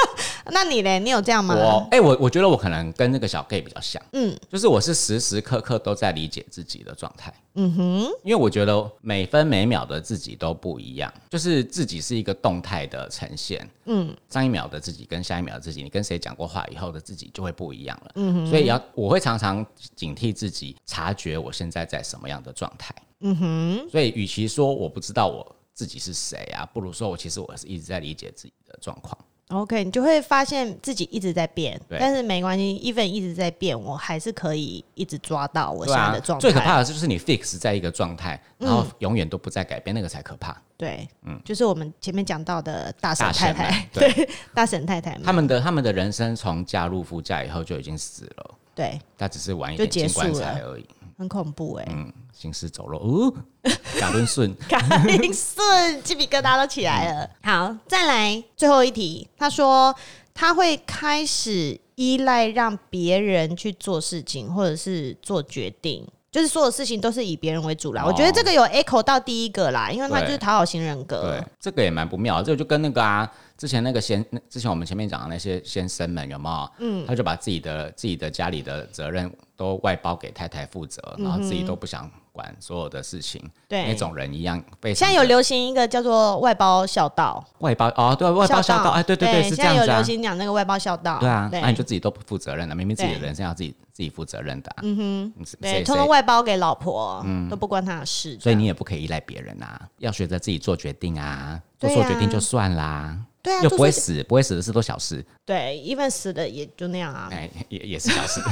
Speaker 2: 那你嘞，你有这样吗？
Speaker 1: 我哎、我我觉得我可能跟那个小 gay 比较像，
Speaker 2: 嗯
Speaker 1: 嗯，就是我是时时刻刻都在理解自己的状态，嗯哼，因为我觉得每分每秒的自己都不一样，就是自己是一个动态的呈现，嗯，上一秒的自己跟下一秒的自己，你跟谁讲过话以后的自己就会不一样了，嗯哼，所以也要我会常常警惕自己，察觉我现在在什么样的状态，嗯哼，所以与其说我不知道我自己是谁啊，不如说我其实我是一直在理解自己的状况。
Speaker 2: OK，你就会发现自己一直在变，
Speaker 1: 对
Speaker 2: 但是没关系，even 一直在变，我还是可以一直抓到我
Speaker 1: 对
Speaker 2: 现在
Speaker 1: 啊，
Speaker 2: 的状态。嗯
Speaker 1: 最可怕的就是你 fix 在一个状态，然后永远都不再改变，那个才可怕。
Speaker 2: 对，就是我们前面讲到的大婶
Speaker 1: 嗯大
Speaker 2: 太
Speaker 1: 神们
Speaker 2: 太，
Speaker 1: 对
Speaker 2: 对， 大婶太太
Speaker 1: 他
Speaker 2: 嘛，
Speaker 1: 们的他们的人生从嫁入夫嫁以后就已经死了，
Speaker 2: 对，
Speaker 1: 他只是晚一
Speaker 2: 就
Speaker 1: 点
Speaker 2: 结
Speaker 1: 进
Speaker 2: 束
Speaker 1: 棺材而已。
Speaker 2: 很恐怖哎、
Speaker 1: 嗯，行尸走肉，哦， 嘎抡 顺，
Speaker 2: 凯哎顺鸡皮疙瘩都起来了。
Speaker 1: 嗯
Speaker 2: 好，再来最后一题。他说他会开始依赖让别人去做事情，或者是做决定。就是所有事情都是以别人为主啦，
Speaker 1: 哦
Speaker 2: 我觉得这个有 echo 到第一个啦，因为他就是
Speaker 1: 对
Speaker 2: 讨好型人格
Speaker 1: 对，，这个也蛮不妙的。这个就跟那个啊，之前那个先，那之前我们前面讲的那些先生们有没有？嗯，他就把自己的自己的家里的责任都外包给太太负责，然后自己都不想管所有的事情，
Speaker 2: 对
Speaker 1: 那种人一样非
Speaker 2: 现
Speaker 1: 常
Speaker 2: 在
Speaker 1: 的。
Speaker 2: 有流行一个叫做外包孝道，
Speaker 1: 外包哦，对，外包小道，哎，对对对，是
Speaker 2: 现
Speaker 1: 这
Speaker 2: 在
Speaker 1: 样
Speaker 2: 有
Speaker 1: 子啊
Speaker 2: 流。行讲那个外包孝道，
Speaker 1: 对啊，那你就
Speaker 2: 对
Speaker 1: 自己都不负责任了，明明自己的
Speaker 2: 对
Speaker 1: 人生要自己自己负责任的、嗯哼，
Speaker 2: 对，
Speaker 1: 谁
Speaker 2: 通通
Speaker 1: 谁
Speaker 2: 外包给老婆，都不关他的事，
Speaker 1: 嗯所以你也不可以依赖别人啊，要学着自己做决定啊，做
Speaker 2: 对
Speaker 1: 错
Speaker 2: 啊
Speaker 1: 决定就算啦，
Speaker 2: 对啊，
Speaker 1: 又
Speaker 2: 做
Speaker 1: 不会
Speaker 2: 事
Speaker 1: 死，不会死的事都小事，
Speaker 2: 对，even 死的也就那样啊，
Speaker 1: 哎，也也是小 事，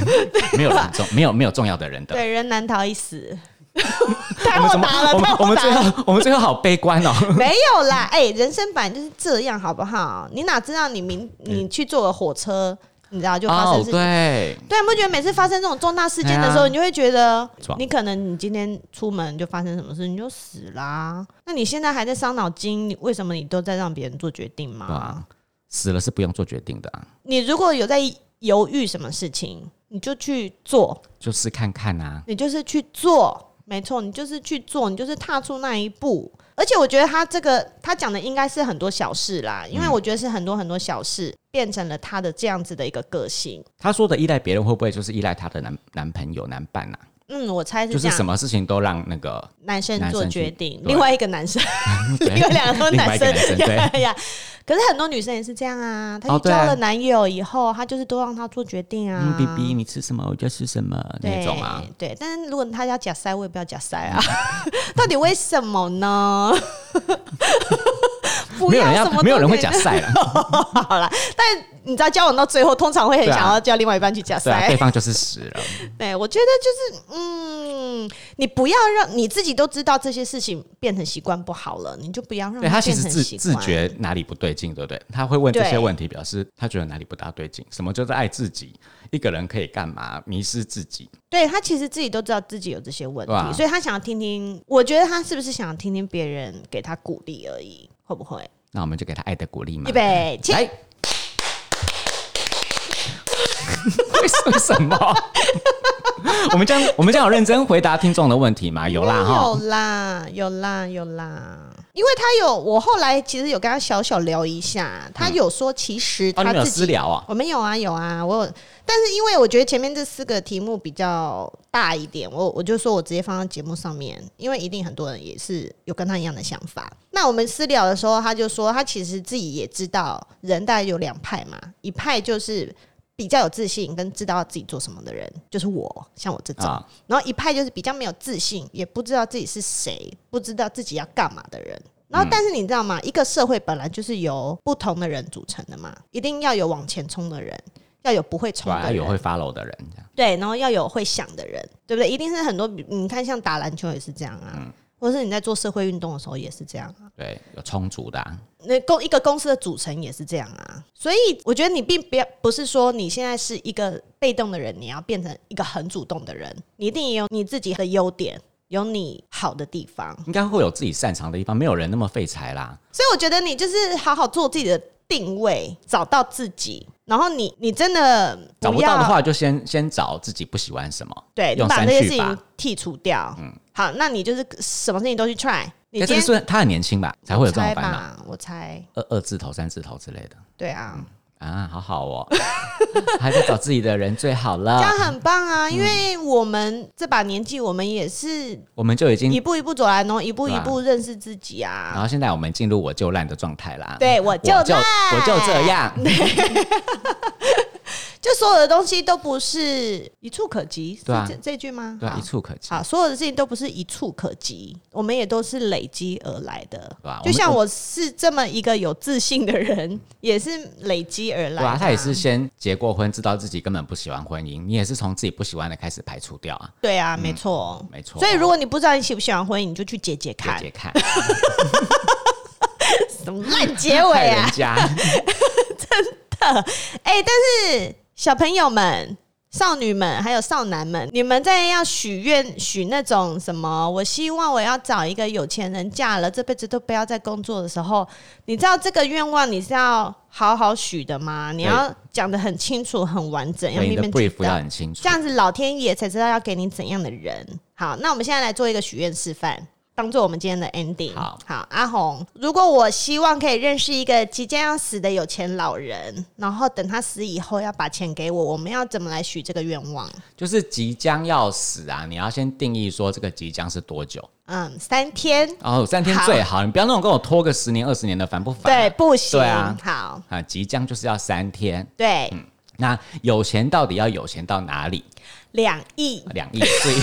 Speaker 1: 没有人重，没有没有重要的人的。
Speaker 2: 对，人难逃 一死。
Speaker 1: 我
Speaker 2: 太
Speaker 1: 们
Speaker 2: 豁
Speaker 1: 怎么
Speaker 2: 达了，
Speaker 1: 我
Speaker 2: 太
Speaker 1: 们我
Speaker 2: 豁
Speaker 1: 们
Speaker 2: 达
Speaker 1: 最
Speaker 2: 了。
Speaker 1: 后我们最后好悲观哦。
Speaker 2: 没有啦，哎、人生版就是这样，好不好？你哪知道你明你去坐个火车，你知道就发生
Speaker 1: 嗯哦，
Speaker 2: 事情。
Speaker 1: 对，
Speaker 2: 对，你不觉得每次发生这种重大事件的时
Speaker 1: 对
Speaker 2: 候，
Speaker 1: 啊
Speaker 2: 你就会觉得
Speaker 1: 爽
Speaker 2: 你可能你今天出门就发生什么事，你就死啦。那你现在还在伤脑筋，你为什么你都在让别人做决定
Speaker 1: 对
Speaker 2: 嘛？
Speaker 1: 啊，死了是不用做决定的、啊，
Speaker 2: 你如果有在犹豫什么事情，你就去做，
Speaker 1: 就试看看啊。
Speaker 2: 你就是去做，没错，你就是去做，你就是踏出那一步。而且我觉得他这个他讲的应该是很多小事啦，因为我觉得是很多很多小事变成了他的这样子的一个个性。
Speaker 1: 他说的依赖别人，会不会就是依赖他的男男朋友、男伴啊？
Speaker 2: 嗯，我猜
Speaker 1: 就是
Speaker 2: 这
Speaker 1: 什
Speaker 2: 样。
Speaker 1: 么事情都让那个
Speaker 2: 男生
Speaker 1: 男
Speaker 2: 做
Speaker 1: 生去
Speaker 2: 决定，
Speaker 1: 对
Speaker 2: 另外一个 男生，因为两个都是
Speaker 1: 另外
Speaker 2: 男
Speaker 1: 一个
Speaker 2: 生
Speaker 1: 男生，对
Speaker 2: 呀呀。可是很多女生也是这样啊，她
Speaker 1: 哦
Speaker 2: 去
Speaker 1: 对
Speaker 2: 交
Speaker 1: 啊
Speaker 2: 了男友以后，她就是都让他做决定啊。
Speaker 1: 嗯，B B，你吃什么我就吃什么那种啊。
Speaker 2: 对，对，但是如果他要假塞，我也不要假塞啊。 到底为什么呢？ 不
Speaker 1: 没有人
Speaker 2: 什么
Speaker 1: 要，
Speaker 2: 都
Speaker 1: 没有人会
Speaker 2: 给
Speaker 1: 假啊赛了，
Speaker 2: 好啦，但你知道交往到最后，通常会很
Speaker 1: 对啊
Speaker 2: 想要叫另外一半去假
Speaker 1: 对啊，
Speaker 2: 塞。
Speaker 1: 对方就是死了，
Speaker 2: 对，我觉得就是，嗯，你不要让你自己都知道这些事情变成习惯不好了，你就不要让
Speaker 1: 对
Speaker 2: 它
Speaker 1: 他其
Speaker 2: 嗯变
Speaker 1: 实
Speaker 2: 成
Speaker 1: 自
Speaker 2: 习
Speaker 1: 自
Speaker 2: 惯
Speaker 1: 觉哪里不对劲，对不对？他会问这些
Speaker 2: 对
Speaker 1: 问题，表示他觉得哪里不大对劲。什么就是爱自己，一个人可以干嘛？迷失自己，
Speaker 2: 对他其实自己都知道自己有这些问题，
Speaker 1: 对啊
Speaker 2: 所以他想要听听，我觉得他是不是想要听听别人给他鼓励而已，会不会？
Speaker 1: 那我们就给他爱的鼓励嘛
Speaker 2: 预。备，起！
Speaker 1: 来，为为什么？ 我们这样，我们这样有认真回答听众的问题吗？有啦哈
Speaker 2: 哦
Speaker 1: 哦
Speaker 2: 有，啦，有啦，有啦。因为他有，我后来其实有跟他小小聊一下，他有说其实
Speaker 1: 哦，你
Speaker 2: 他
Speaker 1: 们有
Speaker 2: 自己
Speaker 1: 私聊啊？
Speaker 2: 我们有啊，有啊，我有，但是因为我觉得前面这四个题目比较大一点，我我就说我直接放到节目上面，因为一定很多人也是有跟他一样的想法。那我们私聊的时候，他就说他其实自己也知道人大概有两派嘛，一派就是。比较有自信跟知道自己做什么的人，就是我，像我这种。
Speaker 1: 啊，
Speaker 2: 然后一派就是比较没有自信，也不知道自己是谁，不知道自己要干嘛的人。然后，但是你知道吗？
Speaker 1: 嗯
Speaker 2: 一个社会本来就是由不同的人组成的嘛，一定要有往前冲的人，要有不会
Speaker 1: 对
Speaker 2: 冲
Speaker 1: 啊，
Speaker 2: 的
Speaker 1: 有会
Speaker 2: 人，
Speaker 1: follow 的人这样。
Speaker 2: 对，然后要有会想的人，对不对？一定是很多，嗯你看像打篮球也是这样
Speaker 1: 嗯
Speaker 2: 啊，或者是你在做社会运动的时候也是这样啊。
Speaker 1: 对，有充足的、啊，
Speaker 2: 那公一个公司的组成也是这样啊，所以我觉得你并不要不是说你现在是一个被动的人，你要变成一个很主动的人，你一定也有你自己的优点，有你好的地方，
Speaker 1: 应该会有自己擅长的地方，没有人那么废柴啦。
Speaker 2: 所以我觉得你就是好好做自己的定位，找到自己，然后你你真的
Speaker 1: 找不
Speaker 2: 要
Speaker 1: 到的话，就先先找自己不喜欢什么。
Speaker 2: 对，你
Speaker 1: 用
Speaker 2: 把
Speaker 1: 删
Speaker 2: 这些
Speaker 1: 去
Speaker 2: 事
Speaker 1: 法
Speaker 2: 情剔除掉，好，那你就是什么事情都去 try，你
Speaker 1: 哎，这个
Speaker 2: 今天
Speaker 1: 是不是他很年轻吧，才会有这种
Speaker 2: 猜
Speaker 1: 烦恼，
Speaker 2: 吧，我猜，
Speaker 1: 二二字头、三字头之类的
Speaker 2: 对啊。
Speaker 1: 啊，好好哦， 还在找自己的人最好了
Speaker 2: 这。样很棒
Speaker 1: 嗯
Speaker 2: 啊！因为我们这把年纪，我们也是
Speaker 1: 我们就已
Speaker 2: 一
Speaker 1: 经，
Speaker 2: 步一步走来，然后一步
Speaker 1: 对
Speaker 2: 一
Speaker 1: 啊
Speaker 2: 步认识自己
Speaker 1: 然
Speaker 2: 啊。
Speaker 1: 后现在我们进入我就烂的状态啦。
Speaker 2: 对我就
Speaker 1: 我就
Speaker 2: 烂
Speaker 1: 我就这样，
Speaker 2: 就所有的东西都不是一触可及，是
Speaker 1: 对啊
Speaker 2: 这这句吗？
Speaker 1: 对啊，
Speaker 2: 好
Speaker 1: 一触可及。
Speaker 2: 好，所有的事情都不是一触可及，我们也都是累积而来的
Speaker 1: 对啊。我
Speaker 2: 就
Speaker 1: 们
Speaker 2: 像我是这么一个有自信的人， 也是累积而来
Speaker 1: 对
Speaker 2: 的
Speaker 1: 啊，他也是先结过婚，知道自己根本不喜欢婚姻，你也是从自己不喜欢的开始排除掉啊。
Speaker 2: 对啊，没错，
Speaker 1: 没错
Speaker 2: 所以如果你不知道你喜不喜欢婚姻，你就去解解看
Speaker 1: 姐，姐 看，
Speaker 2: 什么烂结尾
Speaker 1: 害
Speaker 2: 啊
Speaker 1: 人！家
Speaker 2: 哎、但是小朋友们、少女们还有少男们，你们在要许愿许那种什么？我希望我要找一个有钱人嫁了，这辈子都不要再工作的时候，你知道这个愿望你是要好好许的吗？你要讲的很清楚、很完整，要
Speaker 1: 对你的
Speaker 2: 面面俱
Speaker 1: brief 要
Speaker 2: 到，
Speaker 1: 很清楚
Speaker 2: 这。样子老天爷才知道要给你怎样的人。好，那我们现在来做一个许愿示范。当做我们今天的 ending。
Speaker 1: 好，
Speaker 2: 好，阿红，如果我希望可以认识一个即将要死的有钱老人，然后等他死以后要把钱给我，我们要怎么来许这个愿望？
Speaker 1: 就是即将要死啊，你要先定义说这个即将是多久，
Speaker 2: 嗯，三天，
Speaker 1: 然后三天最好，你不要那种跟我拖个十年二十年的，烦不烦
Speaker 2: 对，
Speaker 1: 啊？
Speaker 2: 不行，
Speaker 1: 对啊
Speaker 2: 好，
Speaker 1: 啊，即将就是要三天。
Speaker 2: 对，
Speaker 1: 那有钱到底要有钱到哪里？
Speaker 2: 两亿，
Speaker 1: 两亿，所 以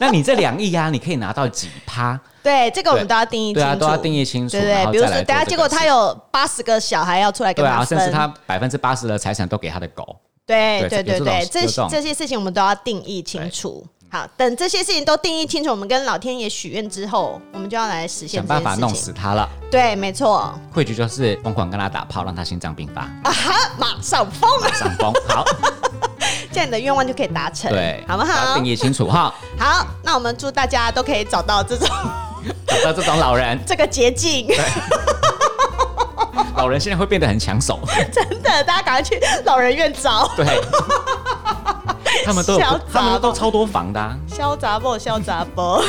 Speaker 1: 那你这两亿啊，你可以拿到几趴？
Speaker 2: 对，这个我们
Speaker 1: 对
Speaker 2: 都要定义清
Speaker 1: 对
Speaker 2: 楚，
Speaker 1: 啊，都要定义清楚，
Speaker 2: 对不
Speaker 1: 然
Speaker 2: 对？
Speaker 1: 后
Speaker 2: 比如
Speaker 1: 再
Speaker 2: 说，
Speaker 1: 来
Speaker 2: 等下
Speaker 1: 做这个事。
Speaker 2: 结果他有八十个小孩要出来跟
Speaker 1: 对啊，甚
Speaker 2: 分，
Speaker 1: 至他百分之八十的财产都给他的狗。
Speaker 2: 对
Speaker 1: 对
Speaker 2: 对对
Speaker 1: 有这
Speaker 2: 对，
Speaker 1: 种
Speaker 2: 这
Speaker 1: 有这种
Speaker 2: 这些事情我们都要定义清楚。好，等这些事情都定义清楚，我们跟老天爷许愿之后，我们就要来实现
Speaker 1: 想
Speaker 2: 这件
Speaker 1: 办
Speaker 2: 事情。
Speaker 1: 法弄死他了。
Speaker 2: 对，没错，啊
Speaker 1: 汇局就是疯狂跟他打炮，让他心脏病发，
Speaker 2: 马上疯，
Speaker 1: 上风。好，
Speaker 2: 这样你的愿望就可以达 成，
Speaker 1: 对，
Speaker 2: 好不
Speaker 1: 要
Speaker 2: 好
Speaker 1: 定？义清楚 哈，
Speaker 2: 好，那我们祝大家都可以找到这种，
Speaker 1: 找到这种老人
Speaker 2: 这个捷径，
Speaker 1: 老人现在会变得很抢手。
Speaker 2: 真的，大家赶快去老人院找。
Speaker 1: 对，他们都
Speaker 2: 小
Speaker 1: 有
Speaker 2: 杂，
Speaker 1: 他们都超多房的、啊。
Speaker 2: 潇杂波，潇杂波。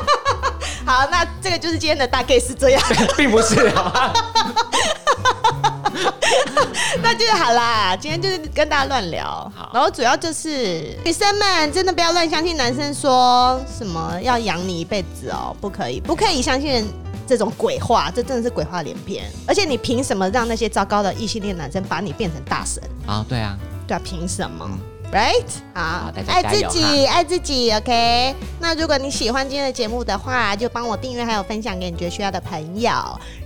Speaker 2: 好，那这个就是今天的大概是这样，
Speaker 1: 并不 是好吧？
Speaker 2: 那就是好啦。今天就是跟大家乱聊
Speaker 1: 好，
Speaker 2: 然后主要就是女生们真的不要乱相信男生说什么要养你一辈子哦，不可以，不可以相信人这种鬼话，这真的是鬼话连篇。而且你凭什么让那些糟糕的异性恋男生把你变成大神？
Speaker 1: 啊，对啊，
Speaker 2: 对啊，凭什么？Right，
Speaker 1: 嗯
Speaker 2: 好
Speaker 1: 好大，家
Speaker 2: 爱
Speaker 1: 加
Speaker 2: 自
Speaker 1: 油
Speaker 2: 己，爱自己，OK。那如果你喜欢今天的节目的话，就帮我订阅，还有分享给你觉得需要的朋友。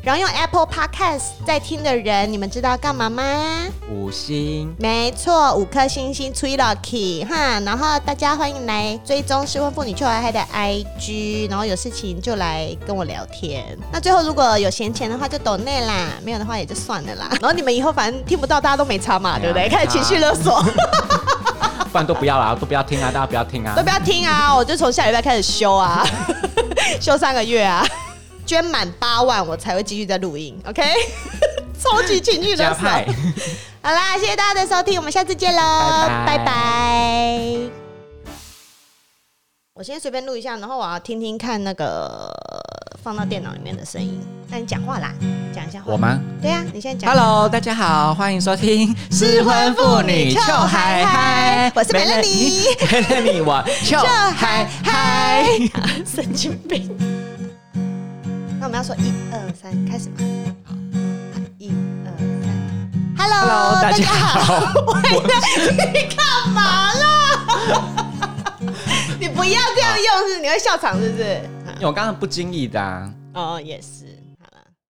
Speaker 2: 然后用 Apple Podcast 在听的人，你们知道干嘛吗？
Speaker 1: 五星
Speaker 2: 没错，五颗星星吹 lucky 哈。然后大家欢迎来追踪失婚妇女邱怀海的 IG，然后有事情就来跟我聊天。那最后如果有闲钱的话就抖内啦，没有的话也就算 了啦。然后你们以后反正听不到，大家都没差嘛，对不对？
Speaker 1: 没差
Speaker 2: 开始情绪勒 索。
Speaker 1: 不然都不要啦，都不要听啊，大家不要听啊
Speaker 2: 都。不要听啊！我就从下礼拜开始 休啊，休三个月啊，捐满八万我才会继续在录音。OK， 超级情绪勒
Speaker 1: 加
Speaker 2: 索。
Speaker 1: 派。
Speaker 2: 好啦，谢谢大家的收听，我们下次见喽，
Speaker 1: 拜拜
Speaker 2: 拜拜。我先随便录一下，然后我要听听看那个放到电脑里面的声音。那你讲话啦，讲一下话。
Speaker 1: 我？吗
Speaker 2: 对啊，你现在 讲。
Speaker 1: ？Hello，大家好，欢迎收听《失婚妇女俏嗨嗨》，
Speaker 2: 我是 Melanie
Speaker 1: 梅兰妮，我俏嗨嗨。
Speaker 2: 神经病。那我们要说一二三，开始吗？
Speaker 1: 好
Speaker 2: 好，一二三。Hello，,
Speaker 1: Hello，大家好
Speaker 2: 大家好喂，你干嘛啦？ 你不要这样用，是你会笑场，是不是？
Speaker 1: 因为我刚刚不经意的、啊，
Speaker 2: 哦，也是。